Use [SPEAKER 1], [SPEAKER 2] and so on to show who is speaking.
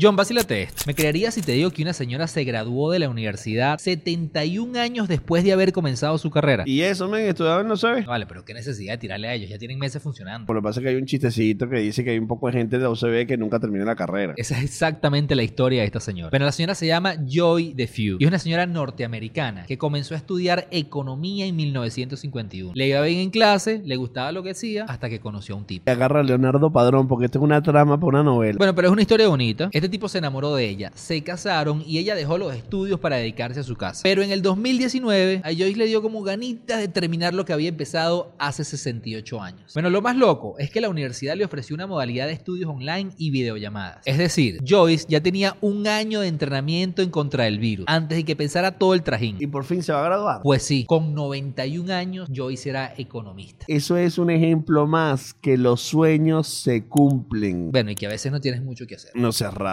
[SPEAKER 1] John, vacílate esto. Me creería si te digo que una señora se graduó de la universidad 71 años después de haber comenzado su carrera.
[SPEAKER 2] Y eso, men, estudiaban, no sabes.
[SPEAKER 1] Vale, pero qué necesidad de tirarle a ellos, ya tienen meses funcionando.
[SPEAKER 2] Por lo que pasa es que hay un chistecito que dice que hay un poco de gente de la UCB que nunca termina la carrera.
[SPEAKER 1] Esa es exactamente la historia de esta señora. Bueno, la señora se llama Joy DeFew y es una señora norteamericana que comenzó a estudiar economía en 1951. Le iba bien en clase, le gustaba lo que hacía, hasta que conoció a un tipo.
[SPEAKER 2] Agarra a Leonardo Padrón porque esto es una trama para una novela.
[SPEAKER 1] Bueno, pero es una historia bonita. Este tipo se enamoró de ella, se casaron y ella dejó los estudios para dedicarse a su casa. Pero en el 2019 a Joyce le dio como ganitas de terminar lo que había empezado hace 68 años. Bueno, lo más loco es que la universidad le ofreció una modalidad de estudios online y videollamadas. Es decir, Joyce ya tenía un año de entrenamiento en contra del virus antes de que pensara todo el trajín.
[SPEAKER 2] Y por fin se va a graduar.
[SPEAKER 1] Pues sí, con 91 años Joyce era economista.
[SPEAKER 2] Eso es un ejemplo más que los sueños se cumplen.
[SPEAKER 1] Bueno, y que a veces no tienes mucho que hacer.
[SPEAKER 2] No se raro.